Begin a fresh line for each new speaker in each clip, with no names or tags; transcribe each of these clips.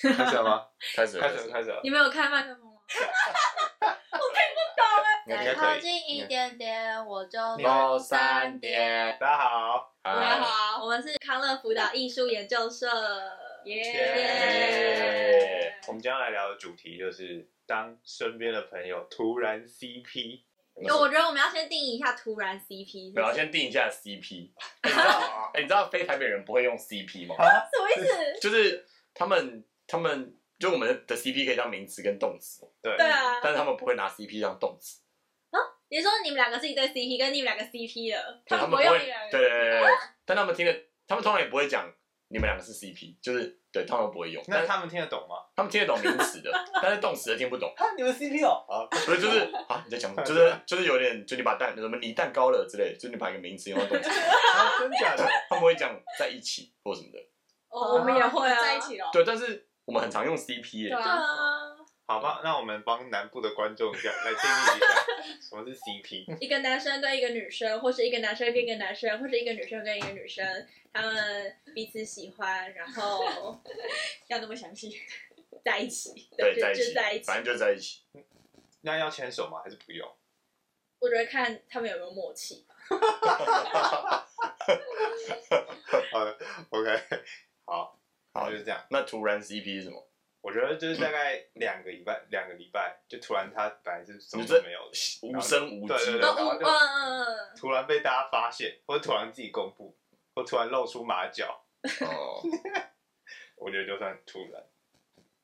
开始了吗？
开始
开始了，开始了。
你没有开麦克风吗？
应该
再
可
靠
以。
近一点点，我就
到
到
三
三
点
点。
大家好，
大家
啊
好，我们是康乐辅导艺术研究社，耶、
耶！我们今天要来聊的主题就是当身边的朋友突然 CP，
因为我觉得我们要先定义一下突然 CP，
我要
是
先定一下 CP。哎你知
啊
道 哎，你知道非台北人不会用 CP 吗？
什么意思？
就是他们，他们就我们的 CP 可以当名词跟动词，
对
对啊，
但是他们不会拿 CP 当动词，
你说你们两个是一对 CP，跟你们两个 CP 的，
对他
们
们
不
不
会
会
用你们两，
对
个，
对对对对，但他们听的，他们通常也不会讲你们两个是 CP，就是对他们不会用，但
那
他
他们听得懂吗？
他们听得懂名词 的，但是动词的听不懂。
啊，你们 CP 哦，啊，
所以就是啊，你 在讲什么？就是就是有点，就你把蛋什么你蛋糕了之类，就你把一个名词用到动词，
啊真假的？
他们会讲在一起或什么的。
哦我们也会啊，
在一起了。
对，但是我们很常用 CP 耶、
对
对
啊
啊，
好吧，那我们帮南部的观众讲来定义一下什么是 CP。
一个男生跟一个女生，或是一个男生跟一个男生，或是一个女生跟一个女生，他们彼此喜欢，然 后
要那么详细？
在一起，
对，
就
在一
就
起，
在一起
反。正就是在一起。
那要牵手吗？还是不用？
我觉得看他们有没有默契。
好的，OK，好，
好
好，就是这样。
那突然 CP 是什么？
我觉得就是大概两个礼拜，两个礼拜就突然他本来是什么
你
都
这
没有的，
无声无
对
息
对对
的，
哦，
然后
嗯
就
嗯嗯，
突然被大家发现，或者突然自己公布，或突然露出马脚，
哦，
我觉得就算突然。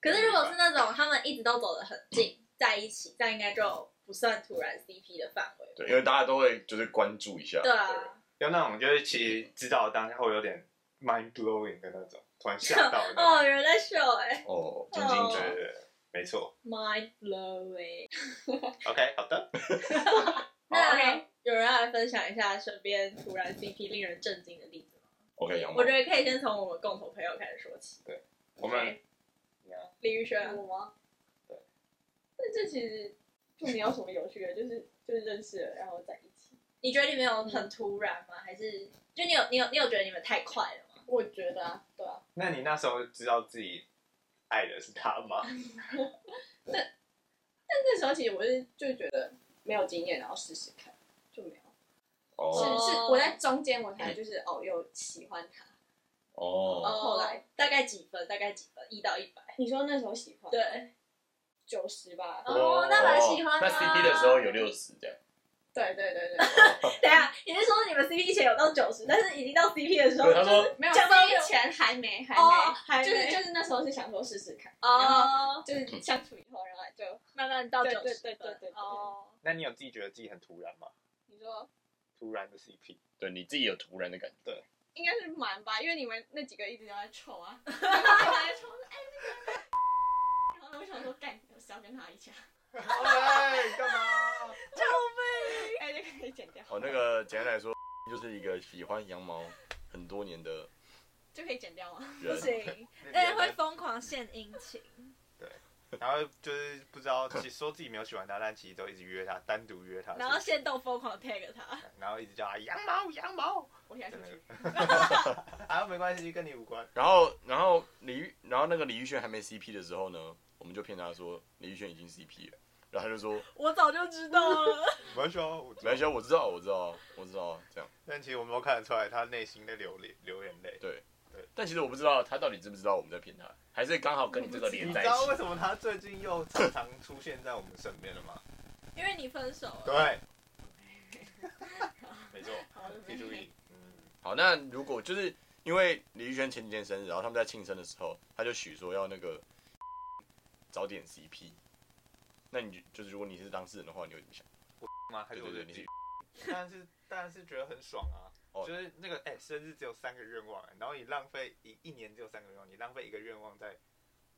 可是如果是那种他们一直都走得很近，在一起，这样应该就不算突然 CP 的范围。
对，因为大家都会就是关注一下。
对啊，
有那种就是其实知道当下会有点 mind blowing 的那种，突然吓到的那种。
哦，有人在秀哎
哦，晶晶
对对
姐，
对，没错。
，mind blowing。
OK，好的。
那有人要来分享一下身边突然 CP 令人震惊的例子吗？
，OK，杨
我
毛
觉，得可以先从我们共同朋友开始说起。
我们
OK 李宇
嗯
轩，啊
我吗？
对。
但啊这其实就没有什么有趣 的，就是就是认识了，然后在一起。
你觉得你们有很突然吗？还是就你有你有你有觉得你们太快了吗？
我觉得啊，对啊，
那你那时候知道自己爱的是他吗？
但那时候其实我是就觉得没有经验，然后试试看，就没有。
哦
是是，我在中间我才就是哦有喜欢他。
哦，
哦后来
大概几分？大概几分？一到一百。
你说那时候
哦
喜欢？，
对，
九十吧。
哦那蛮喜欢
那
的啊
CP 的时候有六十这样，
对对对 对。
等一下，你是说你们 CP 以前有到九十，但是已经到 CP 的时候，
对，他说
没有，
讲
讲
到
到
六
以前还没，还
哦，
没，
还
就是
没
就是那时候是想说试试看，
哦，
嗯
就是相处以后，然后就
慢慢到
对
九
对
十
对对对对
哦，
那你有自己觉得自己很突然吗？
你说
突然的 CP，
对你自己有突然的感觉，
应该是蛮吧，因为你们那几个一直都在臭 啊，一直都在臭，哎那个，然后我想说干，我是要跟他一起啊，
哎，干嘛？
哎，这个可以剪掉，
哦，那个简单来说就是一个喜欢羊毛很多年的
就可以剪掉吗？
不
人，
行，
那
哎，
你
会疯狂献殷勤。
然后就是不知道，其实说自己没有喜欢他，但其实都一直约他，单独约他，
然后现动疯狂 tag 他，
然后一直叫他羊毛羊毛，
我现在
真
出去，
的。 啊，没关系，跟你无关。
然后然后李玉，然后那个李玉轩还没 CP 的时候呢，我们就骗他说李玉轩已经 CP 了，然后他就说
我早就知 道了。
没关系啊，我
没关系啊，我知道我知道我知道这样，
但其实我们都看得出来，他内心在流泪流眼泪。
但其实我不知道他到底知不知道我们在骗他，还是刚好跟你这个
你
连在
知
一
道为
起，
什么他最近又常常出现在我们身边了吗？
因为你分手了，
对，没错，
好，就
你
没
注意，嗯，
好，那如果就是因为李玉轩前几天生日，然后他们在庆生的时候，他就许说要那个早点 CP。那你就就是如果你是当事人的话，你会怎么想？
吗？还是
对对
我
对，
的
你
自
是
己，但是但是觉得很爽啊。
哦
就是那个哎、生日只有三个愿望、哎然后你浪费一一年只有三个愿望，你浪费一个愿望在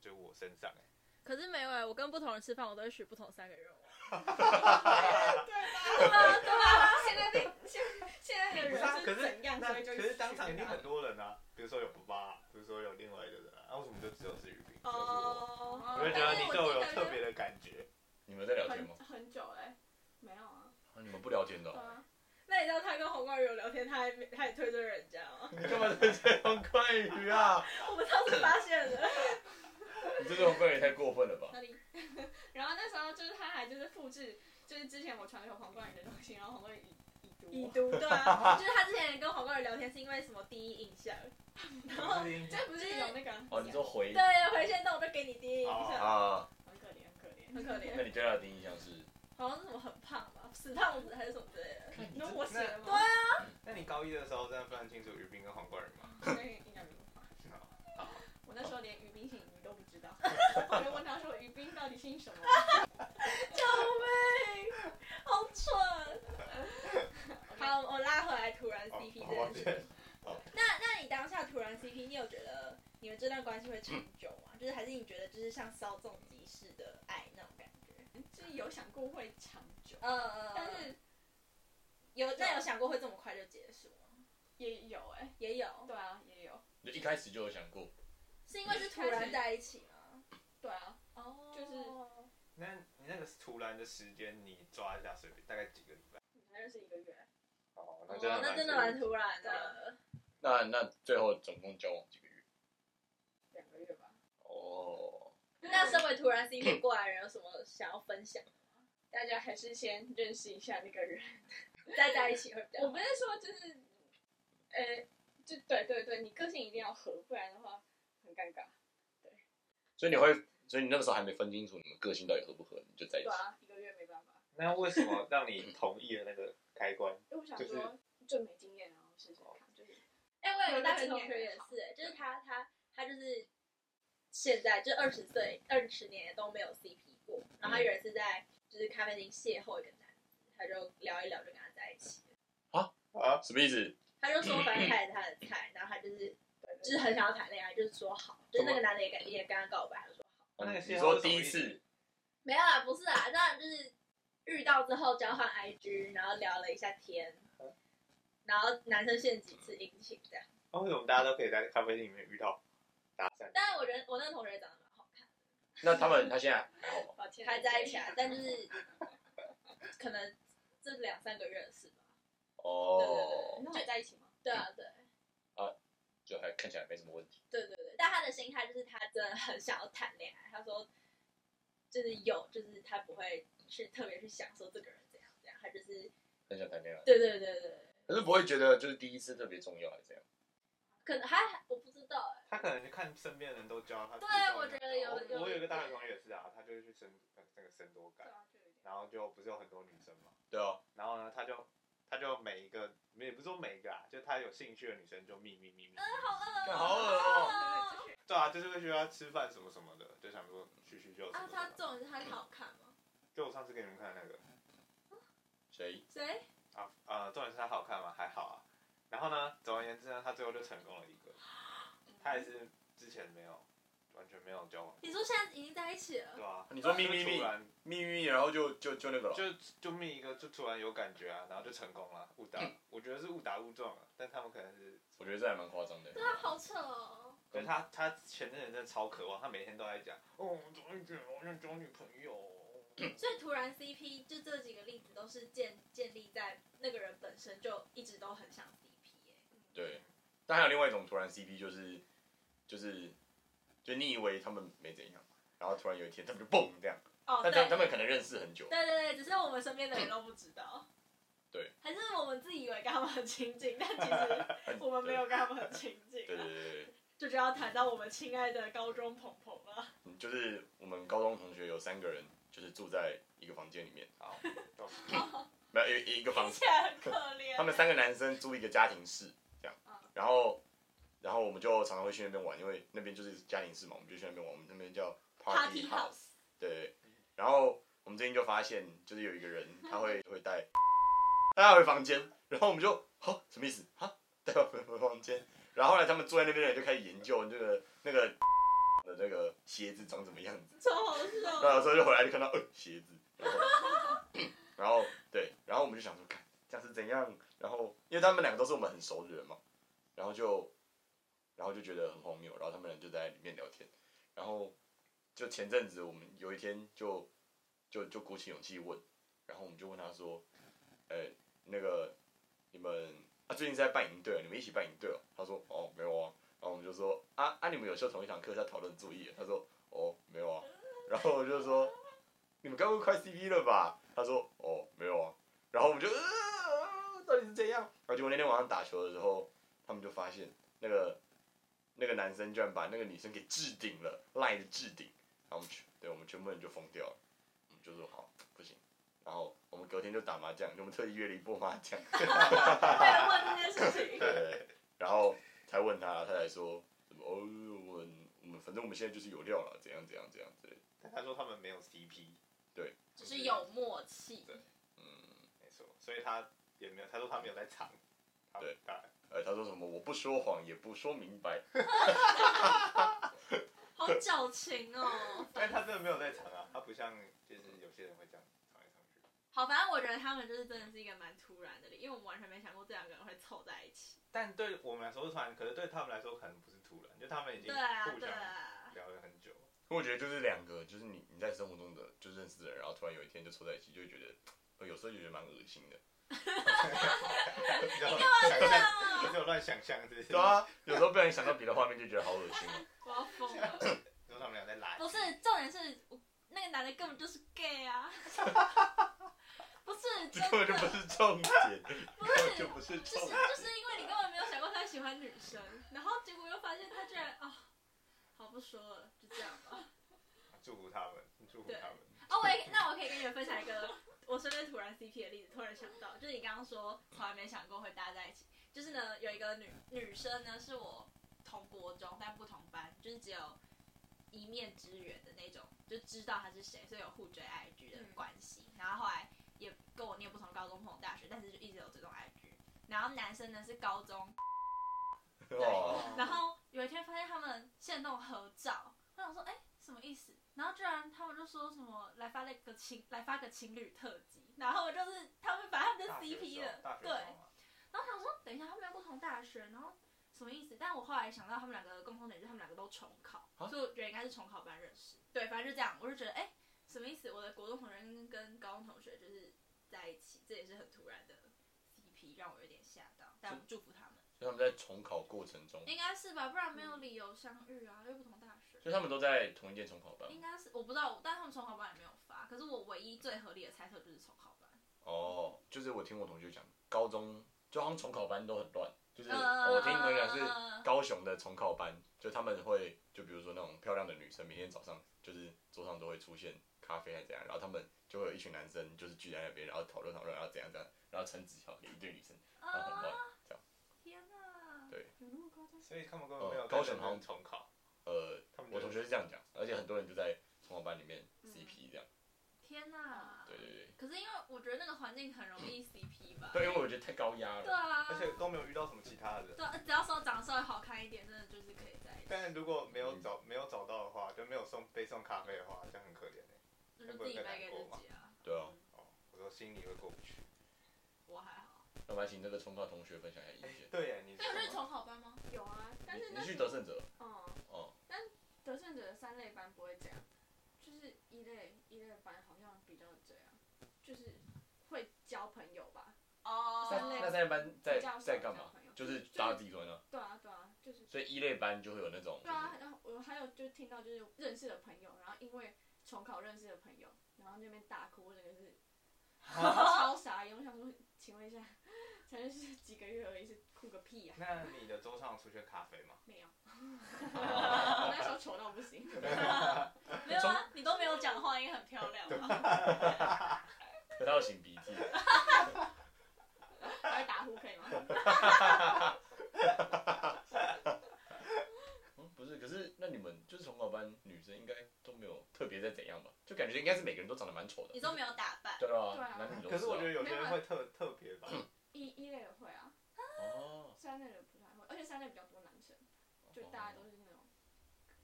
就是我身上哎、
可是没有哎，我跟不同人吃饭，我都会许不同三个愿望。
对
啊
吧？对 吧？现在的现现在的
不是啊，
人
可
怎样，
那
所以就
可是当场一
一
定很多人啊，比如说有爸爸，比如说有另外一个人啊，那、为什么就只有是于斌，就是我？
哦，
我就觉得你对我
哎
有特别的感觉，
你们在聊天
很
吗？
很久嘞，没有啊，
啊你们不聊天的
对
哦、
啊。
那你知道他跟黄冠宇有聊天，他还没他也推着人家吗？
干嘛在这样关于啊？
我们当时发现了，
这种观也太过分了吧？
合理。 然后那时候就是他还就是复制，就是之前我传给黄冠仁的东西，然后黄冠仁已已读
已
我，
读对啊， 就是他之前跟黄冠宇聊天是因为什么第一印象，然后
这
这不是有那个
哦，你说回忆
对回线那我就给你第一印象，
啊？
很可怜，很可怜，
很可怜
那，你对他的第一印象是？
好像是什么很胖吧，死胖子还是什么之类的，
你说我写的
对啊
吗？
那你高一的时候真的分清楚于斌跟黄冠仁吗？
对，所以应该没有吧。
嗯
我那时候连于冰姓余都不知道， 我就问他说于冰到底姓什么？
救命，好蠢。好，我拉回来突然 CP 这件事情。那那你当下突然 CP，你有觉得你们这段关系会长久吗？就是还是你觉得就是像稍纵即逝的爱那种感觉？
就是有想过会长久，
嗯嗯
但
但是
是
有那有想过会这么快就结束吗？
也有哎、
也有，
对啊，也有，
就一开始就有想过，
是因为是突然在一起吗？
对啊，
哦
就是
那你那个突然的时间，你抓一下随便大概几个礼拜？
才认识一个月，
哦
哦，那真的蛮突然的。
那那最后总共交往几个月？
两个月吧。
哦，
那身为突然 CP 过来人，有什么想要分享？
大家还是先认识一下那个人。
再在一起会比较
我
好
不是说就是，呃，就对对对，你个性一定要合，不然的话很尴尬。
所以你会，所以你那个时候还没分清楚你们个性到底合不合，你就在一
对
起。
啊，一个月没办法。
那为什么让你同意了那个开关？
因为我想
就是
说就没经验，然后试试看，就是
哎、我有个大学同学也是、哎就是他他他就是现在就二十岁二十年都没有 CP 过，然后他有一次在就是咖啡厅邂逅一个男子，他就聊一聊就跟他在一起了，
啊，
什么意思？
他就说反正他也是他的菜，然后他就是就是很想要谈恋爱，就是说好，就是那个男的也跟也跟他告白，他就说好，
那个
你
邂逅
说
是什么
第一
意思
次
没有啦，不是啊，当然就是遇到之后交换 IG，然后聊了一下天，然后男生献几次殷勤这样，
那为什么大家都可以在咖啡厅里面遇到搭讪？
但是我觉得我那个同学长得蛮好看的。
那他们他现在还好吗？
抱歉
还在一起啊，但就是可能这两三个月的事吧。
哦，
那还在一起吗？
对啊，对，
就还看起来没什么问题。
对对对。但他的心态就是他真的很想要谈恋爱，他说就是有，就是他不会去特别去想说这个人怎样怎样，他就是
很想谈恋爱，
对对对对，
可是不会觉得就是第一次特别重要还是怎样？
可能还我不知道哎、
他可能就看身边的人都哦教他。
对
自己都
我觉得有
我
有
我有一个大学同学也是啊，他就是去深呃那个深多
对
感，
啊，就有点。
然后就不是有很多女生嘛，
对啊，
然后呢，他就他就每一个也不是说每一个啊，就他有兴趣的女生就秘密秘密。
好饿
干好恶哦。
哦
对
对啊，就是会觉得他吃饭什么什么的，就想说叙叙旧什
啊
么，
他
的。
重点是他好看吗？
就我上次给你们看的那个
谁？
谁？
啊呃，重点是他好看吗？还好啊。然后呢，总而言之呢，他最后就成功了一个，他也是之前没有完全没有交往，
你说现在已经在一起了？
对啊？
你说秘密
就
密
突然
秘密，然后就就就那个了。
就就命一个，就突然有感觉啊，然后就成功了，误
嗯
打，我觉得是误打误撞了，但他们可能是，
我觉得这还蛮夸张的。
对啊，好扯哦。
可是他他前阵子真的超渴望，他每天都在讲，哦，我终于觉得我想交女朋友，哦
所以突然 CP 就这几个例子都是建建立在那个人本身就一直都很想 CP 耶、
对，但还有另外一种突然 CP，就是就是就你以为他们没怎样，然后突然有一天他们就蹦这样，
哦，
但他
对
们他们可能认识很久，
对对对，只是我们身边的人都不知道。
对，
还是我们自己以为跟他们很亲近，但其 实我们没有跟他们很亲近。
对对对对对，
这就要谈到我们亲爱的高中鹏鹏啊了。
嗯就是我们高中同学有三个人，就是住在一个房间里面，
好，
没有一一个房
听起来很可怜。
他们三个男生租一个家庭室，这样
嗯，
然后，然后我们就常常会去那边玩，因为那边就是家庭室嘛，我们就去那边玩。我们那边叫
Party
house，
House，
对。然后我们最近就发现，就是有一个人他会会带带他回房间，然后我们就哈什么意思哈带他回回房间，然后后来他们坐在那边的人就开始研究那个那个 的那个鞋子长什么样子。
超好
那
笑。
有时候就回来就看到，呃，鞋子，然后， 然后对，然后我们就想说，看这样是怎样，然后因为他们两个都是我们很熟的人嘛，然后就，然后就觉得很荒谬，然后他们俩就在里面聊天，然后就前阵子我们有一天就就就鼓起勇气问，然后我们就问他说，呃，那个你们啊最近是在办营队哦，你们一起办营队哦？他说哦没有啊，然后我们就说啊啊你们有修同一堂课在讨论作业？他说哦没后我就说，你们该不会快 CP 了吧？他说，哦，没有啊。然后我们就，呃，到底是怎样？然后结果那天晚上打球的时候，他们就发现那个那个男生居然把那个女生给置顶了，赖的置顶。然后我们全，对我们全部人就疯掉了，我们就说好，不行。然后我们隔天就打麻将，我们特意约了一波麻将。
为了问这件 事情，
对，然后才问他，他才说什么哦，我们我们反正我们现在就是有料了，怎样怎样怎样之类的。
但他说他们没有 CP，
对，
就是有默契。
嗯，
没错，所以他也没有，他说他没有在藏，他
对
当然
呃，他说什么我不说谎，也不说明白，
好矫情哦。
但他真的没有在藏啊，他不像就是有些人会这样藏来藏去。
好，反正我觉得他们就是真的是一个蛮突然的，因为我们完全没想过这两个人会凑在一起。
但对我们来说是突然，可是对他们来说可能不是突然，就他们已经
对啊，
互
对
相
啊，
聊了很久了。
我觉得就是两个，就是你你在生活中的就认识的人，然后突然有一天就凑在一起，就会觉得，呃有时候就觉得蛮恶心的。
你干嘛这样？
哦
你就乱想象这些。
对啊，有时候不小心想到别的画面就觉得好恶心哦。
我要疯了！
你说他们俩在拉。
不是，重点是那个男的根本就是 gay 啊。不是，
这
真
根本
的
就不是重 点，
不
根本
是
就，不是
就是
重点。
就是因为你根本没有想过他喜欢女生，然后结果又发现他居然啊、好不说了，就这样吧。
祝福他们，祝福他们。
哦，我也那我可以跟你们分享一个我身边突然 CP 的例子，突然想到，就是你刚刚说从来没想过会搭在一起，就是呢有一个女女生呢是我同国中但不同班，就是只有一面之缘的那种，就知道她是谁，所以有互追 IG 的关系。然后后来也跟我念不同高中、不同大学，但是就一直有这种 IG。然后男生呢是高中
啊
哦，
然后有一天发现他们现动合照，我想说，哎，什么意思？然后居然他们就说什么来发了个情来发个情侣特辑，然后就是他们把他们的
大学
CP
的时候
了
大，学
对。
的时候嘛
然后想说，等一下他们俩不同大学，然后什么意思？但我后来想到他们两个的共同点就是他们两个都重考，
啊
所以我觉得应该是重考班认识。对，反正就这样，我就觉得，哎，什么意思？我的国中同学跟跟高中同学就是在一起，这也是很突然的 CP，让我有点吓到，但我祝福他们。
所以他们在重考过程中，
应该是吧，不然没有理由相遇啊，又不同大学。
所以他们都在同一间重考班吗。
应该是我不知道，但他们重考班也没有发。可是我唯一最合理的猜测就是重考班，
哦，就是我听我同学讲，高中就好像重考班都很乱，就是、
呃
我听同学讲是
呃
高雄的重考班，就他们会就比如说那种漂亮的女生，每天早上就是桌上都会出现咖啡还是怎样，然后他们就会有一群男生就是聚在那边，然后讨论讨论，然后怎样怎样，然后传纸条给一堆女生，然后很
啊
乱。
天哪！
对，
有那么夸张？
所以他们根本没有
哦高雄
在
好像
重考，
呃，
他们
我同学是这样讲，而且很多人就在重考班里面
嗯
CP 这样，
天哪！
对对对，
可是因为我觉得那个环境很容易 CP 吧？
对，因为我觉得太高压
对
了，
啊，
而且都没有遇到什么其他的人。
对啊，只要说长得稍微好看一点，真的就是可以在一起。
但如果没
嗯
有找没有找到的话，就没有送被送咖啡的话，这样很可怜欸
就是自己买给自己啊，
对啊，
哦，我说心里会过不去。
我还好。
要不然请这个重考同学分享一下意见。
对耶，你
那有去重考班吗？
有啊，但是
你
那
你去德胜哲
嗯，
哦，
得胜者的三类班不会这样，就是一类一类班好像比较这样，就是会交朋友吧，
哦
那那三类班在
比较少
在干
交
嘛
朋友？
就是大家自己蹲啊。
对啊对啊，就是
所以一类班就会有那种，
对啊，然后我还有就听到就是认识的朋友，然后因为重考认识的朋友，然后那边大哭，我整个是超傻眼。我想说，请问一下， 才认识几个月而已，是哭个屁呀、
那你的桌上出现咖啡吗？
没有，我那时候丑到不行。
没有啊，你都没有讲话，应该很漂亮吧？
可他要擤鼻涕，
还会打呼可以吗？
嗯，不是，可是那你们就是重考班女生应该都没有特别在怎样吧？就感觉应该是每个人都长得蛮丑的
你，都没有打扮。
对
对
啊
啊，
男女都
嗯可是我觉
啊。
得有些人会特特别吧，
一一类的会啊，
哦，
三类的不太会，而且三类比较多男生，就
哦
大家都是那种，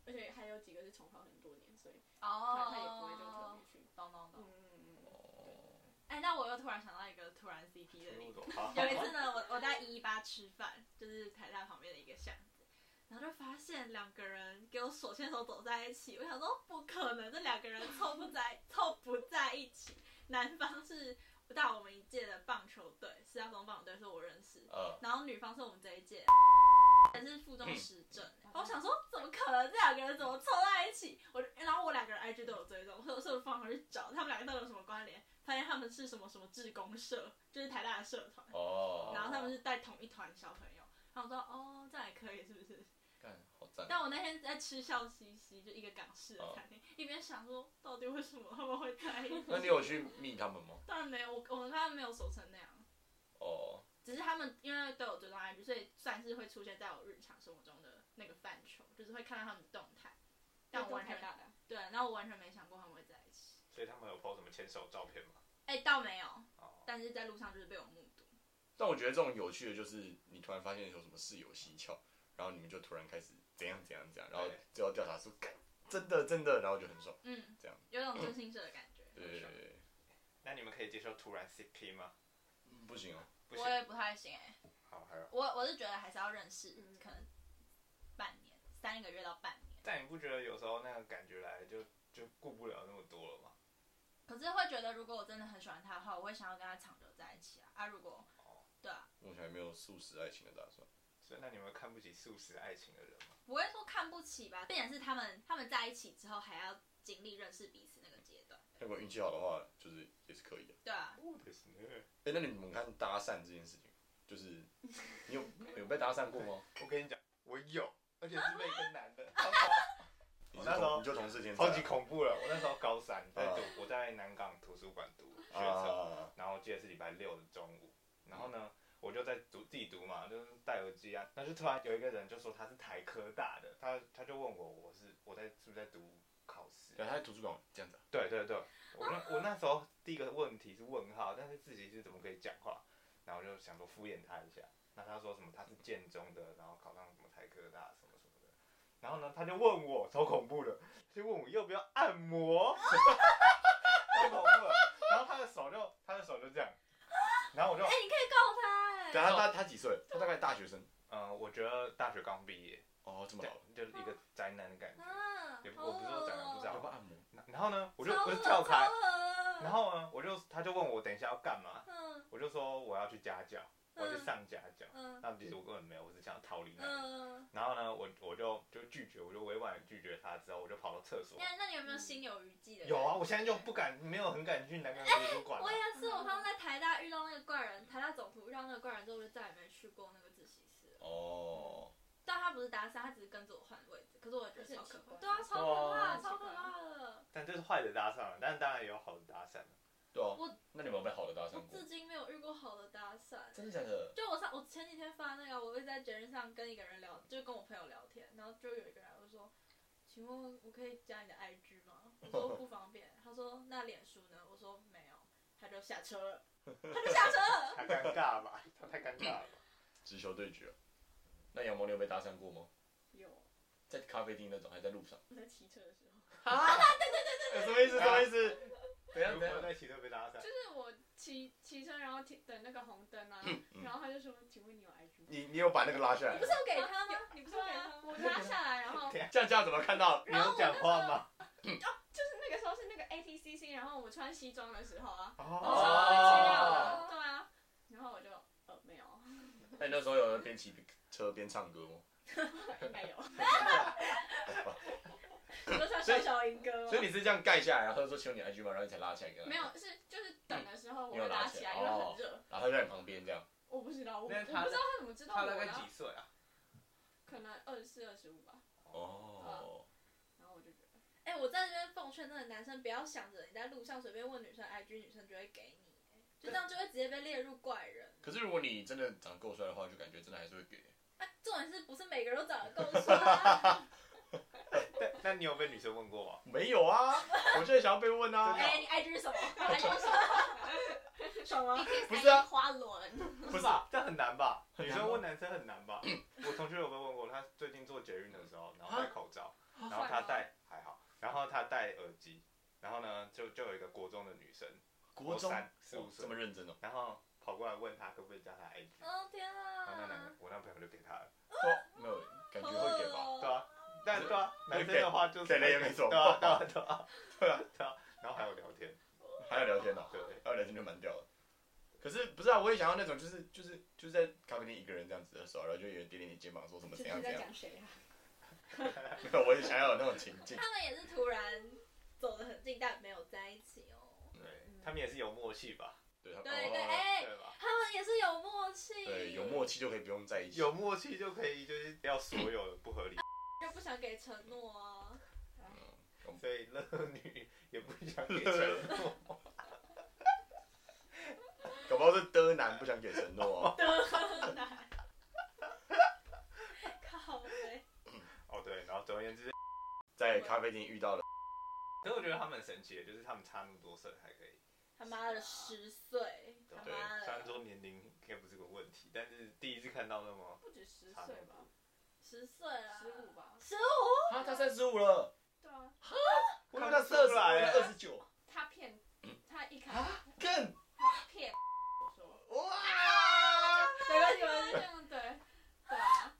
而且还有几个是重考很多年，所以他他也不会就特
哦
别，去。
懂懂懂
嗯。嗯嗯嗯，
哦，
哎，那我又突然想到一个突然 CP 的
出
例
入
子。
朵花。
有一次呢，我我在一一八吃饭，就是台大旁边的一个巷子，然后就发现两个人给我手牵手走在一起，我想说不可能，这两个人凑不在凑不在一起。男方是大我们一届的棒球队，师大附中棒球队是我认识，
呃，
然后女方是我们这一届，还是附中时政。然后我想说，怎么可能这两个人怎么凑在一起？我就然后我两个人 IG 都有追踪，
两个到底有什么关联？发现他们是什么什么志工社，就是台大的社团，
哦，
然后他们是带同一团小朋友。然后我说哦，这样也可以是不是？
干好赞，
但我那天在吃笑嘻嘻，就一个港式
哦
的餐厅，一边想说到底为什么他们会在 意？
那你有去密他们吗？
当然没有，我我们他们没有熟成那样，
哦，
只是他们因为都有追踪 IG，所以算是会出现在我日常生活中的那个范畴，就是会看到他们的动态。但我完全
大的，
对，然后我完全没想过他们会在一起。
所以他们有 PO 什么牵手照片吗？
哎、倒没有，
哦，
但是在路上就是被我目睹。
但我觉得这种有趣的就是你突然发现有什么事有蹊跷，然后你们就突然开始怎样怎样怎样，然后
对
最后调查出干真的真的，然后就很爽。
嗯，
这样
有种真心社的感觉。
对对对对，
那你们可以接受突然 CP 吗？
嗯不行哦，
不
我
行。
也不太行哎、
好，还有，
我我是觉得还是要认识，
嗯
可能半年、三个月到半年，
但你不觉得有时候那个感觉来了就就顾不了那么多了吗？
可是会觉得如果我真的很喜欢他的话，我会想要跟他长久在一起啊啊！如果
哦，
对啊，
目前还没有素食爱情的打算。
所以那你们看不起素食爱情的人吗？
不会说看不起吧，并且是他们他们在一起之后还要经历认识彼此那个阶段，
如果运气好的话，就是也是可以的。
对啊，
不ですね。
哎、那你们看搭讪这件事情，就是你有有被搭讪过 吗？
我跟你讲，我有，而且是被一个男 的，
你
我
是
那时候
同你就同事天才
超
啊，
级恐怖了。我那时候高三，在读，我在南港图书馆读学测，
啊！
然后记得是礼拜六的中午，然后呢，我就在读自己读嘛，就是戴耳机啊，那就突然有一个人就说他是台科大的，他他就问我我是我在是不是在读考试？
然后他在图书馆这样子啊、
对对对，我那我那时候第一个问题是问号，但是自己是怎么可以讲话，然后就想说敷衍他一下。那他说什么他是建中的，然后考上什么台科大什么什么的，然后呢他就问我超恐怖的，就问我要不要按摩， 超恐怖的。然后他的手就他的手就这样，然后我就
哎、你可以告他哎、
啊
等下他他几岁？他大概大学生
嗯、我觉得大学刚毕业，
哦，这么老了，
就一个宅男的感觉。
啊，
也不我不是说长得不知道
哦
要不要按摩？
然后呢我
我
就我就跳开，，然
然
后呢我就他就问我等一下要干嘛，
嗯
我就说我要去家教，我要去上家教。
嗯
那其实我根本没有，我只想要逃离那里。
嗯，
然后呢，我我就就拒绝，我就委婉地拒绝他，之后我就跑到厕所。
那那你有没有心有余悸的？
有啊，我现在就不敢，没有很敢去南港图书馆啊
哎
了
我。也是，我刚在台大遇到那个怪人，台大总图遇到那个怪人之后，我就再也没去过那个自习室了。
哦，
但他不是搭讪，他只是跟着我换位置，可是我觉得超可怕，
而且很奇怪
对啊，超可怕，
哇
超可怕的。
但这是坏的搭讪了，但是当然也有好的搭讪 了。
对啊
我，
那你们有被好的搭讪
我
过？
至今没有遇过好的搭讪。
真的假的？
就我上我前几天发那个，我会在节日上跟一个人聊，就跟我朋友聊天，然后就有一个人我就说，请问我可以加你的 IG 吗？我说不方便。他说那脸书呢？我说没有。他就下车了，他就下车 了。
太尴尬吧，他太尴尬了吧。
直球对决。啊那杨萌，你有被搭讪过吗？
有，
在咖啡厅那种，还在路上？
我在骑车的时候，
什么意思？什么意思？等一下
如
等
果
一下，
在骑车被搭讪
就，是我骑骑车，然后停等那个红灯啊，
嗯
然后他就说：“请问你有 IG 吗
你你有把那个拉下来
你不？是有给他吗？？”
你不是
对
给
啊
他，我拿下来，然后
这样这样怎么看到？
你有讲话吗？
就是那个时候是那个 ATCC，然后我穿西装的时候啊，我
哦
超被欺
哦
扰的，对啊，然后我就呃没有，
哎那你那时候有边骑车边唱歌吗？
应该有，
你都像小小英哥吗
所？以你是这样盖下来，然后说请问你 IG 吗？然后你才拉起来跟他
啊没有，是就是等的时候我
你有
会
拿
拿
起
起
来哦
来，因为很热，
然后他就在你旁边这样。
我不知道，我我不
那
知
他
道他怎么知道我
他大概
的啊，
几岁啊？
可能二十四、二十五吧，
哦，
然后我就觉得
哎、我在这边奉劝那个男生，不要想着你在路上随便问女生 IG，女生就会给你、哎就这样就会直接被列入怪人。
可是如果你真的长得够帅的话，就感觉真的还是会给。
啊，重点是不是每个人都长得够帅、啊？
但那你有被女生问过吗？
没有 啊，我就是想要被问啊。
哎、你 IG 是什么？IG 是什么？什 么？
不是啊
花轮。
不是 吧，这很难吧？
很
女
难吗
生问男生很难吧？我同学有被问过，他最近做捷运的时候，然后戴口罩，然后他戴还好，然后他戴耳机，然后呢，就就有一个国中的女生，
国中
三十五
哦这
岁
么，认真哦。
然后跑过来问他可不可以加他 IG，
哦天
然后那男
啊
个！我那朋友就给他了，
说没有，感觉会给
哦
吧？
对啊，但对啊，
那
男生的话就是
给了也没什么
对啊 对啊对啊
对啊，
对啊，然后还有聊天，
还要聊天呢、
对，啊
还要聊天就蛮屌的。可是不是啊？我也想要那种，就是就是就是在咖啡厅一个人这样子的时候，然后就有人点点你肩膀，说什么
这
怎样
是
怎
在
样。
讲谁啊？
没 有，我也想要有那种情境。
他们也是突然走得很近，但没有在一起哦。
嗯
他们也是有默契吧？
对他
对
哦
对，哎、
对吧？
他们也是有默契，
对有默契就可以不用在一起。
有默契就可以，就是不要所有的不合理，
就不想给承诺啊。
所以乐女也不想给承诺。
搞不好是 的男不想给承诺啊。
的难，靠背，
哦对，然后总而言之，
在咖啡厅遇到了，
可是我觉得他们很神奇的，就是他们差那么多岁还可以，
他妈的十岁，他
对
妈
虽然
的
说年龄应该不是个问题，但是第一次看到那么
不止十
差不
岁
多
吧，
十岁啊了，
十五，吧，
十 五，
啊，他三十五了，
对啊，
我以为他射出来了
二十九，
他骗
嗯
他一开
啊
始
更
他骗我说。
哇！
没关系，没关
对
系
这样对，对啊。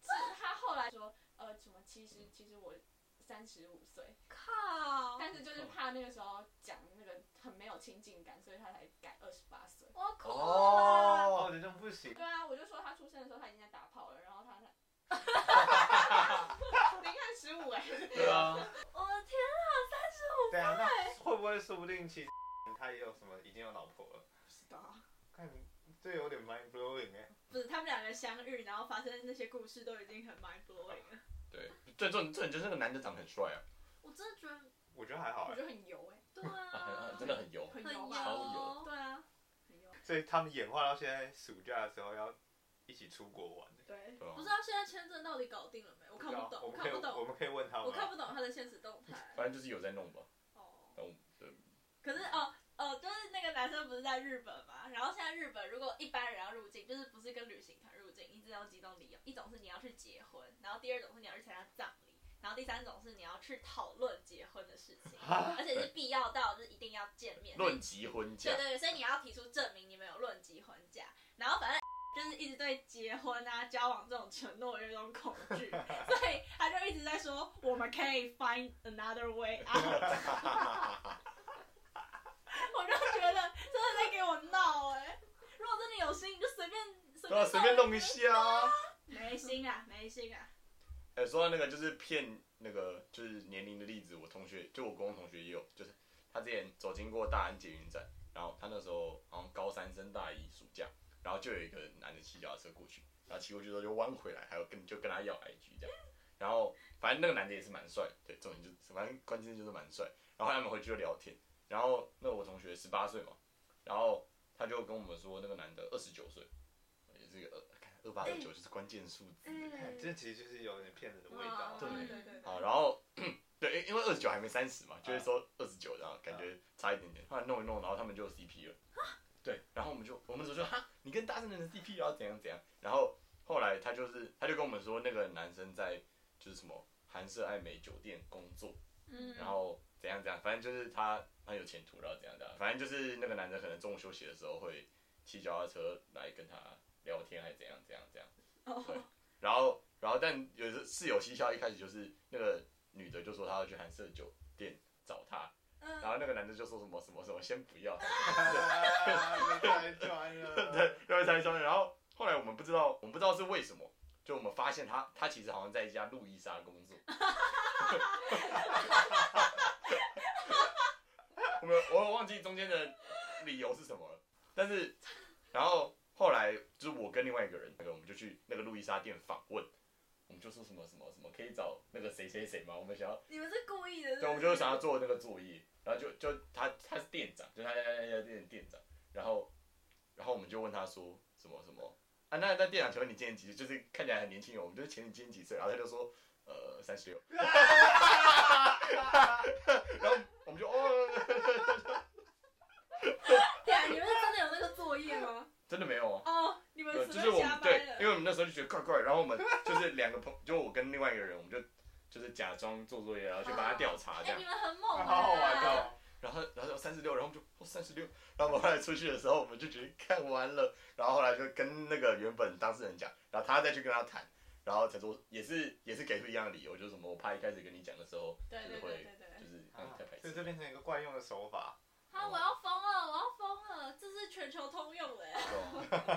是他后来说，呃，什么？其实其实我三十五岁，
靠，
但是
哦
就是怕那个时候讲那个很没有亲近感，所以他才改二十八岁。
我哭了，
哦，
哦，
我觉得这样不行，
对啊，我就说他出生的时候他已经在打炮了，然后他才。你看十五哎，
对啊，
我的天啊，三十五，
对啊，那会不会说不定其实他也有什么已经有老婆了？
知道啊
看这有点 mind blowing 哎、
不是他们两个相遇，然后发生那些故事都已经很 mind blowing 了。
对，最重重点就是那个男的长得很帅啊，
我真的觉得，
我觉得还好
我
哎、
觉得很油哎，
对啊，
真的很油。
很
很
油
油，
吧，
油
对啊，
很油。
所以他们演化到现在，暑假的时候要一起出国玩、欸。
对，
对啊
不知道现在签证到底搞定了没？我看不
知道
懂，
我
我
们可以
看不
我
懂，
们可以问他
我看
吗？
不懂他的现实动态。
反正就是有在弄吧。
哦。
但我对
可是哦哦，就是那个男生不是在日本嘛？然后现在日本如果一般人要入境，就是不是跟旅行团入境，一直有几种理由，一种是你要去结婚，然后第二种是你要去参加葬礼，然后第三种是你要去讨论结婚的事情，而且是必要到就是一定要见面。
论及婚
对
嫁，
对对，所以你要提出证明你们有论及婚嫁，然后反正 就是一直对结婚啊、交往这种承诺有一种恐 惧，所以他就一直在说我们可以 find another way out。我就觉得真的在给我闹哎、如果真的有心，你就随便随
对啊，
便
随便弄一下啊。
没心啊，没心啊，
哎，说到那个就是骗那个就是年龄的例子，我同学就我国中同学也有，就是他之前走经过大安捷运站，然后他那时候好像高三升大一暑假，然后就有一个男的骑脚踏车过去，然后骑过去之后就弯回来，还有跟就跟他要 IG 这样，然后反正那个男的也是蛮帅，对，重点就是反正关键就是蛮帅，然后他们回去就聊天，然后那我同学十八岁嘛，然后他就跟我们说那个男的二十九岁，也是一个二二八二九就是关键数字。
嗯
看这其实就是有点骗人的味
哦
道。
对
对对
好，然后对，因因为二十九还没三十嘛，就是说二十九，然后感
啊
觉差一点点。后来弄一弄，然后他们就有 CP 了。对，然后我们就我们就说哈，你跟大正人的 CP 然后怎样怎样。然后后来他就是他就跟我们说，那个男生在就是什么韩舍爱美酒店工作，
嗯，
然后怎样怎样，反正就是他他有前途，然后怎样怎样，反正就是那个男的可能中午休息的时候会骑脚踏车来跟他聊天，还是怎样怎样怎样。对
哦，
然后，然后但有时室友嬉笑，一开始就是那个女的就说她要去韩舍酒店找他，
嗯
然后那个男的就说什么什么什么先不要，
啊被拆穿了。
对，然后才说，然后后来我们不知道，我们不知道是为什么，就我们发现他他其实好像在一家路易莎工作。我们我忘记中间的理由是什么了，但是然后后来就是我跟另外一个人，那个我们就去那个路易莎店访问，我们就说什么什么什么可以找那个谁谁谁吗？我们想要
你们是故意的，
对，我们就是想要做那个作业，然后就就他他是店长，就他在那家店店长，然后然后我们就问他说什么什么啊？那那店长请问你今年几岁？就是看起来很年轻哦，我们就请你今年几岁？然后他就说呃三十六，然后我们就哦
对啊，你们是真的有那个作业吗？
真的没有啊。
哦，你们
对，
随
就是
便
我
瞎
们
掰
对
了，，
因为我们那时候就觉得怪怪，然后我们就是两个朋，就我跟另外一个人，我们就就是假装做作业，然后去帮他调查这
哎、
样
你。们很猛、啊，
好好玩哦！
然后然后三十六，然后我们就哦三十六，然后我们后来出去的时候，我们就觉得看完了，然后后来就跟那个原本当事人讲，然后他再去跟他谈，然后才说也是也是给出一样的理由，就是什么我怕一开始跟你讲的时候
对
就
对
是
对
会
对对。
就是让
啊
你太排
所以
斥，
这变成一个惯用的手法，
啊，我要疯了，我要疯了，这是全球通用的、欸。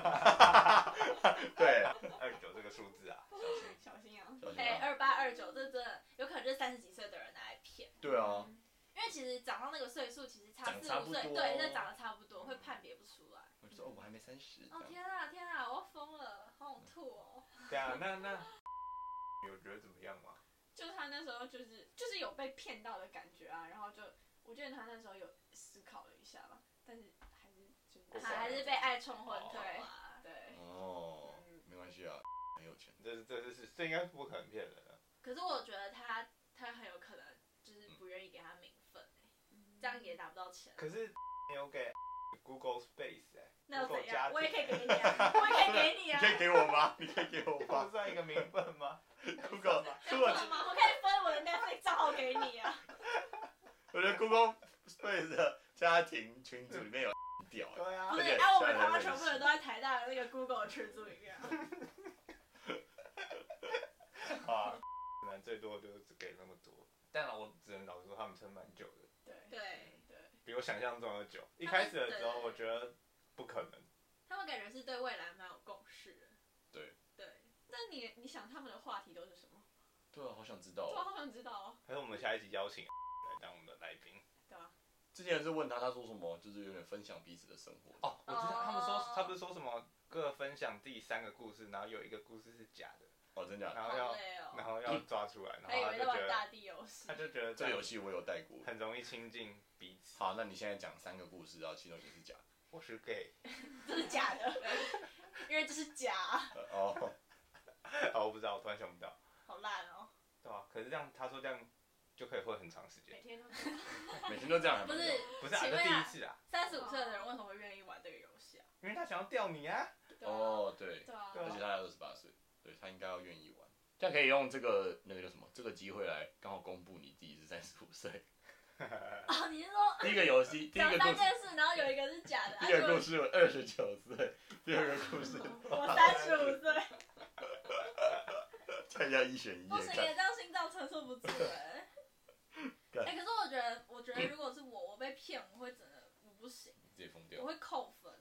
对，
二九这个数字啊，
小心啊！
小心
哎、
啊，
二八二九，这真的有可能就是三十几岁的人拿来骗，
对啊，
因为其其实长到那个岁数，其实差
长
四
差
五
不
岁，
多
对，那长得差不多，
嗯
会判别不出来。
我就说哦，我还没三十。
哦天啊天啊，我要疯了，好想吐哦！
对啊，那那有觉得怎么样吗？
就他那时候就是就是有被骗到的感觉啊，然后就我觉得他那时候有思考了一下吧，但是还是就
过
是
分
还还是被爱冲昏头
对
啊！
对，
哦
嗯，
没关系啊，很有钱。
这是这这是这应该是不可能骗人的。
可是我觉得他他很有可能就是不愿意给他名分、这样也拿不到钱，
可是没有给 Google Space 哎、
那又
Google
怎
家
样？
庭
我也可以给你啊，我也可以给你
你
啊
可。以给我吗？ 你可以给我
这不
吗
算一个名分吗？
？Google
这
Google
样算吗？我可以分我的 Netflix 账号给你啊。
我觉得 Google Space 的家庭群组里面有 屌欸，
对啊
不，是，
对
哎、我们
下一
台湾
位
全部人都在台大的那个 Google 的群组里面啊。
啊，可能最多就是给那么多。但我只能老实说，他们撑蛮久的，
对
对，
对，
比我想象中的久。一
他们
开始的时候，
对
我觉得不可能。
他们感觉是对未来蛮有共识的。
对
对，
那你你想他们的话题都是什么？
对啊，好想知道
我
哦。
好想知道哦。
可是我们下一集邀请来当我们的来宾
之前是问他，他说什么，就是有点分享彼此的生活。
哦，我知道
哦
他们说他不是说什么各分享第三个故事，然后有一个故事是假的，
哦，真假的？
然后
好
要
累哦哎
然。后要抓出来，然
还以
后他
为
就
在
觉
玩
得
大地游戏
他。就觉得
这
这
个
样
游戏我有带过。
很容易亲近彼此。
好，那你现在讲三个故事，然后其中一个是假的。
我是 gay，
这是假的，因为这是假，
呃哦，
哦，我不知道，我突然想不到，
好烂哦。
对吧、可是这样他说这样就可以混很长时间
每，天都
每天都这样还
不
蛮屌
是，
不是啊，
请
这
问
第一
啊
次啊，
三十五岁的人为什么会愿意玩这个游戏啊？
因为他想要钓你啊，
对啊
哦，对，
对啊
对
而
啊
且他才二十八岁，对他应该要愿意玩。这样可以用这个那个叫什么？这个机会来刚好公布你自己是三十五 岁。
哦，你是说
第一个游戏，第一
讲
个故
啊三
事，
件事，然后有一个哦是假的，
第二个
而
故事我二十九岁，第二个故事
我三十五岁，
大家一选一
不
也
行，
看。
也这样心脏承受不住哎。
干
哎，可是我觉得，我觉得如果是我，我被骗，我会真的我不行，
直接疯
我
掉。
会扣分。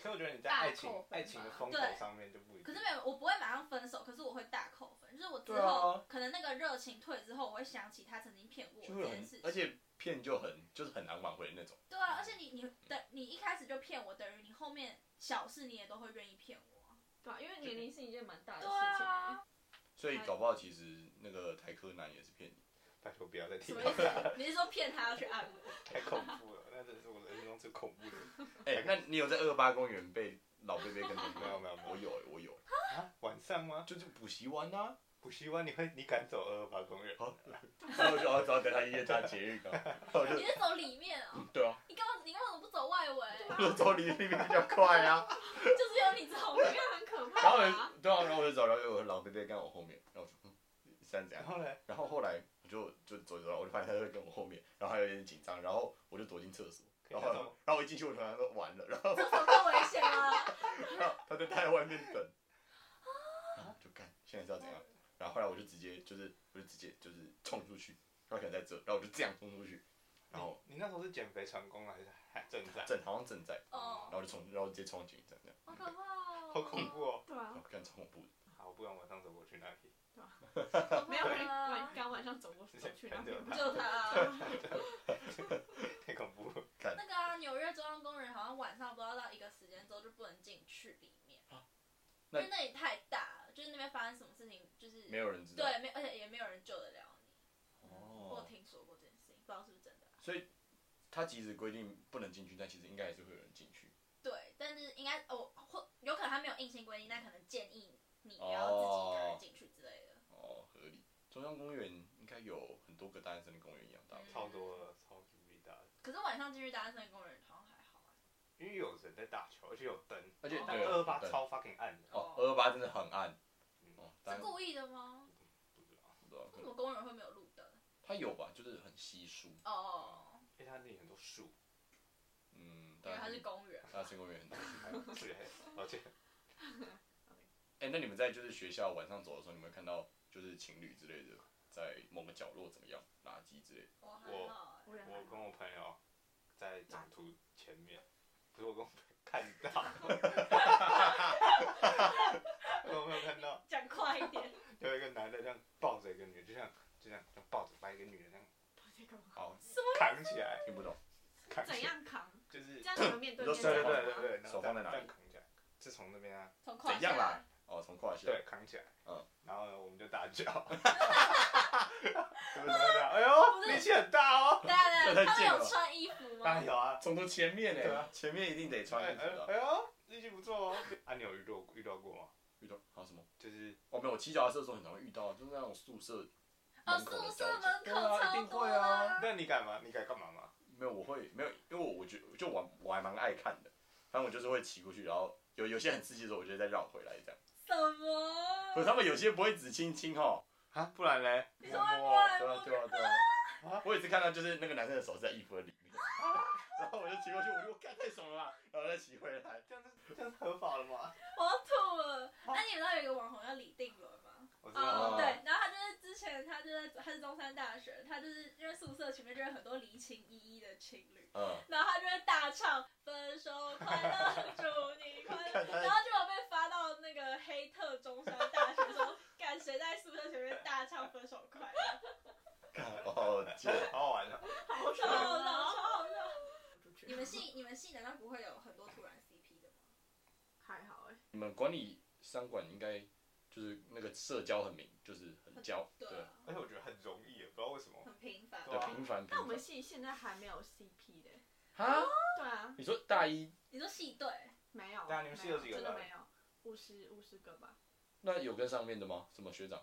可我觉得你在
大
爱情
扣分吧
爱情的风口
对
上面就不一定，
可是没有，我不会马上分手，可是我会大扣分，就是我之
对
后、
啊
可能那个热情退之后，我会想起他曾经骗过我
就
这
会
件
很
事，情。
而且骗就很就是很难挽回的那种。
对啊，而且你你等你一开始就骗我，等于你后面小事你也都会愿意骗我啊。
对啊，因为年龄是一件蛮大的
对
事情
啊
欸。，
所以搞不好其实那个台科男也是骗你。
拜托不要再提
什
到
么意
他，
思？你是说骗他要去按摩？
太恐怖了，那真的是我人生中最恐怖的。
哎、那你有在二八公园被老贝贝跟他
没有没有没有
我有、欸、 我有、欸，
啊，晚上吗？
就是补习完啊，
补习完你会你敢走呃二二八公园？
好然后我就哦，只要等他一夜搭捷 运啊，然后我就
你是走里面哦？
对啊，
你干嘛？你干嘛不走外围？
我就走离那边比较快啊。
就是有你这种
我觉得很可
然后
怕啊。
我对啊，然后我就找，然后有老贝贝跟我后面，然后我说嗯，现在怎样
然？后呢？
然后后来我就就走一走，我就发现他在跟我后面，然后他有点紧张，然后我就躲进厕所，
可以啊
然
那
后
种
然后我一进去，我突然说完了，然后
这种更危险啊！
然后 他就待在外面等，然后就看现在是要怎样，然后后来我就直接就是我就直接就是冲出去，然后可能在这，然后我就这样冲出去，然后
你你那时候是减肥成功了还是还正在？
正好像正在，
哦
然，后就冲，然后直接冲进去，这样这样，
好可怕哦！
好恐怖哦！
对
然
啊
后，看超恐怖的，
好，不然晚上走过去那里，
好可怕啊！
没有人晚刚晚上走过走去那边
对。
就他啊、
太恐怖了。
那个啊，纽约中央公园好像晚上不知道到一个时间之后就不能进去里面，
啊
因
那
为那里太大了，就是那边发生什么事情，就是
没有人知道，
对，没而且也没有人救得了你。我有
哦，
听说过这件事情，不知道是不是真的啊、
所以他即使规定不能进去，但其实应该还是会有人进去，
对，但是应该哦，或有可能他没有硬性规定，但可能建议你不要自己一个人进去之类的。
哦，合理。中央公园应该有很多个大安森林公园一样大吧，
嗯
超多了，超级无敌大的，
可是晚上进去大安森林公园好像还好啊。
因为有人在大桥，而且有灯，
而且
但
对啊
二二八
对
超 fucking 暗的。
哦，二二八真的很暗，
嗯
哦，大
是
安
故意的吗？
不知道，
不知道可能
为什么公园会没有路灯？
它有吧，就是很稀疏，
哦，
因为它那里很多树，
嗯，
因
大
啊
安
为它
森
是
林
公园。
大安森林公园很大。
是，而且
哎、那你们在就是学校晚上走的时候，你们会看到就是情侣之类的在某个角落怎么样垃圾之类的？
我还
我
好、欸，
我也还
我
好
跟我朋友在长途前面，不是我跟我朋友看到， 我没有看到，
讲快 一点。
有一个男的这样抱着一个女的，就像就像就抱着把一个女的这样
到底干嘛
好，
什么
扛起来，
听不懂。
扛
怎
起来
样 扛？
就是
这样你们面对面
对
你说
对
讲吗
对对对，然后
手放在哪里
但扛起来，是从那边啊，
从胯
怎样
下
啦？哦，从胯下。
对，扛起来，
嗯，
然后呢，我们就打脚，就是这样，哎呦，力气很大哦，
对啊对
这
啊，他
太
们
贱了
有穿衣服
当
吗
然？有啊，
从头前面
对
呢
啊，
前面一定得穿
哎
衣服的。
哎呦，力气不错哦，啊，你有遇到遇到过吗？
遇到还有什么？
就是
哦，没有，我骑脚踏车的时候很常会遇到，就是那种宿舍
哦，
门口的
宿
交
舍
警对
门口
啊，一
超
定
多
会
的
啊。
啊。
那你敢吗？你敢干嘛吗？
没有，我会没有，因为我我觉就我我还蛮爱看的，反正我就是会骑过去，然后有有些很刺激的时候，我就会再绕回来这样。
什
可是
么？
他们有些不会只哦亲亲哈，
啊，不然嘞？
你说会不
摸
会
对啊对啊对啊
啊。
我也是看到就是那个男生的手是在衣服的里面，然后我就骑过去，我就干太爽了吧，然后再骑回来。
这样是这样是合法的吗？
我要吐了。那你们知道有一个网红叫李定伦吗？
我知
哦
嗯
道，，
对，然后他就是之前他就在他是中山大学，他就是因为宿舍前面就有很多离情依依的情侣，
嗯，
然后他就会大唱分手快乐，祝 你快乐，然后结果被发到那个黑特中山大学说，干谁在宿舍前面大唱分手快 乐，
看哦，就
好好玩的。
好
超好笑，
啊
哦超好笑。
出去
你们系你们系难道不会有很多突然 CP 的吗？
还好哎、
你们管理商管应该就是那个社交很明，就是很交，对
对，啊，
而哎且我觉得很容易，不知道为什么。
很频繁。
对啊
对，频繁频
但我们
繁。
系现在还没有 CP 的、
啊？
对啊，
你说大一
你说系队，
没有。
对啊你们系
没有
有几个
真的
人
没有，五十五十个吧，
那有跟上面的吗？什么学长？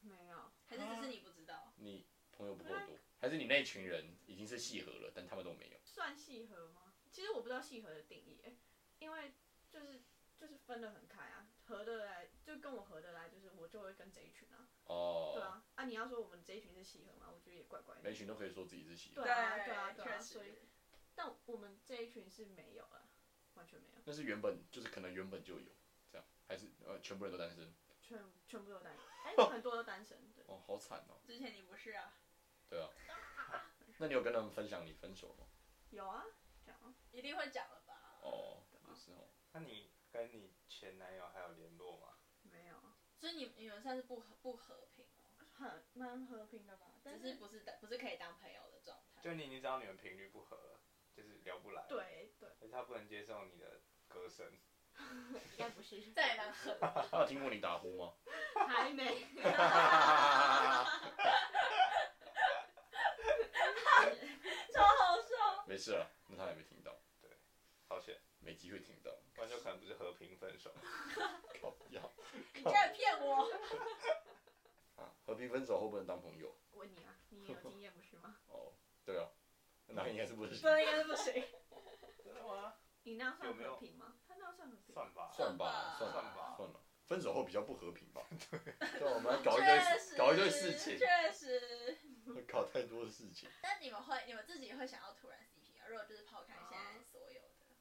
没有。
还是只是你不知道？
你朋友不够多，还是你那群人已经是契合了，但他们都没有？
算系合吗？其实我不知道系合的定义、欸，因为就是就是分得很开啊，合得来就跟我合得来，就是我就会跟这一群啊，
哦，
对啊，啊你要说我们这一群是系合嘛，我觉得也怪怪
每
的，
一群都可以说自己是契合，
对啊对啊对啊
确
所以
实。
但我们这一群是没有了，完全没有，
但是原本就是可能原本就有这样，还是呃全部人都单身？
全全部都单， 哎、很多都单身，对，
哦，好惨哦，
之前你不是啊，
对啊。那你有跟他们分享你分手吗？
有啊，这样啊
一定会讲了吧？
哦，也是哦，
那你跟你前男友还有联络吗？
没有啊，
所以你你们算是不和不和平哦，
很蛮和平的吧，但
只是
是
不是的不是可以当朋友的状态。
就你，你知道你们频率不合了，就是聊不来。。
对对，
可是他不能接受你的歌声，
应该不是，
再来很
他有听过你打呼吗？
还没，
超好笑。
没事了，那他也没听到，
好险，
没机会听到。
不然就可能不是和平分手。
靠呀
你竟然骗我！
啊！和平分手后不能当朋友？
问你啊，你也有经验不是吗？
哦，对啊，那应该是不是？
不应该是不行。
真的吗？
你那样算
有没有
和平吗？他那样算和平吗？
算吧。
算吧，
算
算
吧
吧，算了。分手后比较不和平吧？对，我们要搞一
确
堆
实，
搞一堆事情，
确实。
搞太多的事情。
但你们会，你们自己会想要突然 CP 啊？如果就是抛开现在所有的，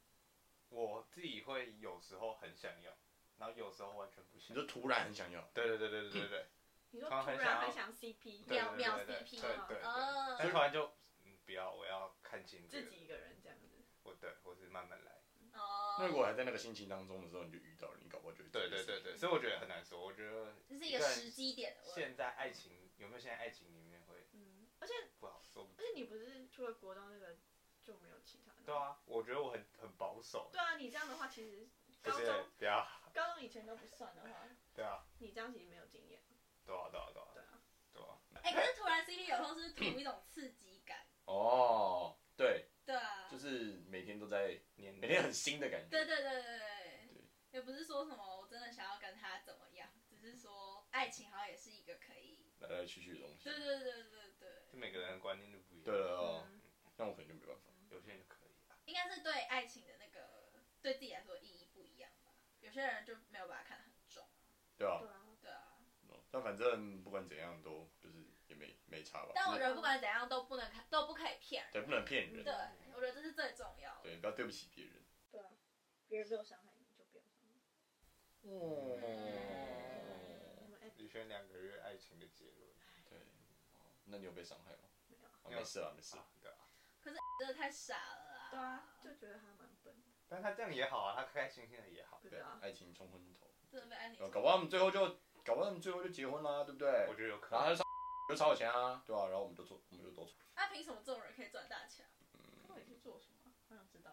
我自己会有时候很想要，然后有时候完全不
你
想。
就突然很想要，
对对对对对对对。
你说
突然
突
很
然
想
很
要
想 CP，
对
秒秒
对对对
CP
对对
嗯，
但突然就嗯不要，我要看清这
自
个。
己一个人这样子，
我对，我是慢慢来。
哦，
那如果还在那个心情当中的时候，你就遇到了，你搞不好就会
对对对对，所以我觉得很难说。我觉得
这是一个时机点的问题。
现在爱情有没有现在爱情里面会
嗯，而且
不好说。
而且你不是除了国中那个就没有其他的，
对，啊，我觉得我很很保守，
对啊，你这样的话其实
就
高
是
中
不要。
高中以前都不算的话，
对啊，
你这样其实没有经验，
对啊，对啊，对啊，
对啊，
对啊。
哎，可是突然 CP 有时候是图一种刺激感。
哦，对，
对啊，
就是每天都在，
年
每天很新的感觉。
对对对对对
对，
也不是说什么我真的想要跟他怎么样，只是说爱情好像也是一个可以，
来来去去的东西。
对对对对对，
就每个人的观念就不一样。
对了哦，
嗯
那我可能就没办法。
有些人就可以啊。
应该是对爱情的那个对自己来说意义不一样吧。有些人就没有把它看得很重，
对啊
对，啊，
对啊。
嗯但反正不管怎样都就是也没没差吧。
但我
就
觉
是
得不管怎样都不能看，都不可以骗人。
对不能骗人
对，，我觉得这是最重要的。
对，不要对不起别人。
对啊，别人没有伤害你就不要伤害
哦，
嗯
你，我们哎
宇轩两个月爱情的结论。
对，哦那你有被伤害吗？
没有啊，
啊没事啦，没事。
啊，对啊。
真的太傻了啦。
对啊，就觉得他蛮笨的，
但他这样也好啊，他开开心心的也好。
不知
对
啊
道，，
爱情冲昏头，
真的被爱情
哦搞不好他们最后就，搞不好他们最后就结婚啦，对不对？啊
我觉得有可
然后
能。
啊他就烧，就烧我钱啊，对吧、然后我们就做，我们就都做。
那凭什么这种人可以赚大啊
做什么？好想知道。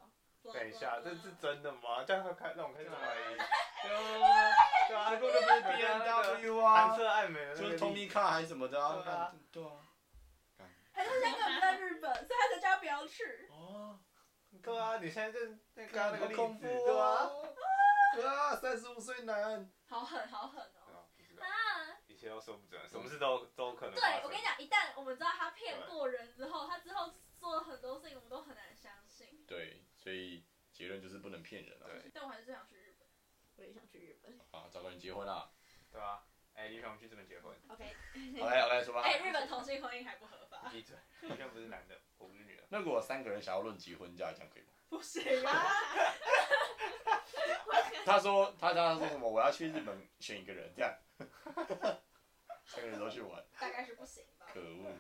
等一下，
啊
这是真的吗？这样会开让我开始
啊
怀疑。对啊，
这
这
个
个
就
就是是
B
B
N
N W
W
蓝
啊，
色爱美的那个
就是
例子
Tommy Car 还是什么的
对啊
啊，对啊，
还是香港不在日本，所以他才叫不要去。
哦，
对啊，你现在就那
刚
刚刚
那
那
个
个
例
例
子
子，对啊。，
对啊，三十五岁男，
好狠，好狠 哦！
啊，不知道，
啊，
一切都说不准，什么事都都可能。
对我跟你，讲，一旦我们知道他骗过人之后，他之后做了很多事情，我们都很难相信。
对，所以结论就是不能骗人啊，
对
但我还是最想去日本，我也想去日本。
啊，早点结婚 啦，
对啊。哎，李雪，我们去日本结婚。
OK，
好嘞好嘞，说吧。
哎，日本同性婚姻还不 合法，
闭嘴，李雪不是男的，我不是女的。
那如果三个人想要论及婚嫁，这样可以吗？
不行啊！
他说他他说什么？我要去日本选一个人，这样， 三个人都去玩，
大概是不行吧。
可恶。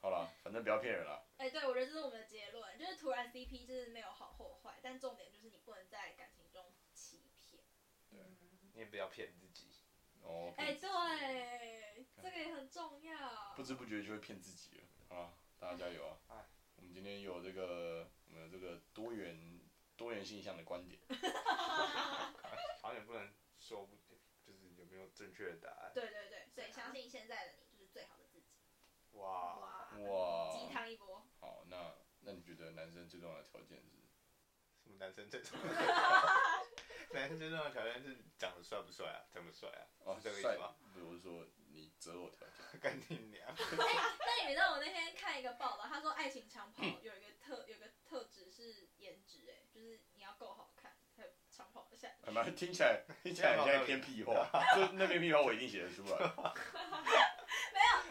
好了，反正不要骗人了。
哎、对，我觉得这是我们的结论，就是突然 CP 就是没有好或坏，但重点就是你不能在感情中欺骗。
你也不要骗自己。
哦，
哎、对，这个也很重要。
不知不觉就会骗自己了。好啦，大家加油啊！
哎
我们今天有这个，我们有这个多元多元性向的观点。
好像也不能说不，就是有没有正确的答案。
对对对，
啊
所以相信现在的你就是最好的自己。
哇，
哇，鸡
哇，
汤一波。
好，那那你觉得男生最重要的条件是？
什么男生最 重要的？男生最重要的条件是长得帅不帅啊？怎么帅啊？
哦
是，这个意思吗？
比如说你择偶条件，
干你娘！
那你知道我那天看一个报道，他说爱情长跑有一个特有一个特质是颜值、哎，就是你要够好看才长跑得下去。
哎妈，听起来听起来很像一篇屁话，就那篇屁话我一定写得出来。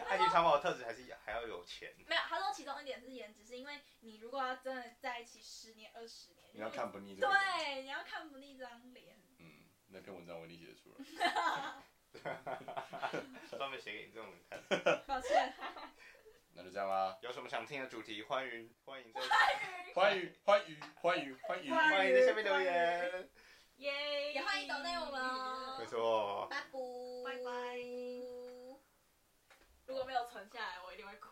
爱情长跑的特质还是还要有钱。
没有，他说其中一点是颜值，是因为你如果要真的在一起十年、二十年，
你要看不腻这个。。
对，你要看不腻这张脸。
嗯，那篇文章我一定写得出来。
专门写给你这种人看。
抱歉，
那就这样啦，
有什么想听的主题，欢迎欢迎在
欢迎欢迎欢迎欢迎。
欢迎在下面留言。
耶
也欢迎抖内我们哦
没错。
拜拜，
拜拜。
如果没有存下来，我一定会哭。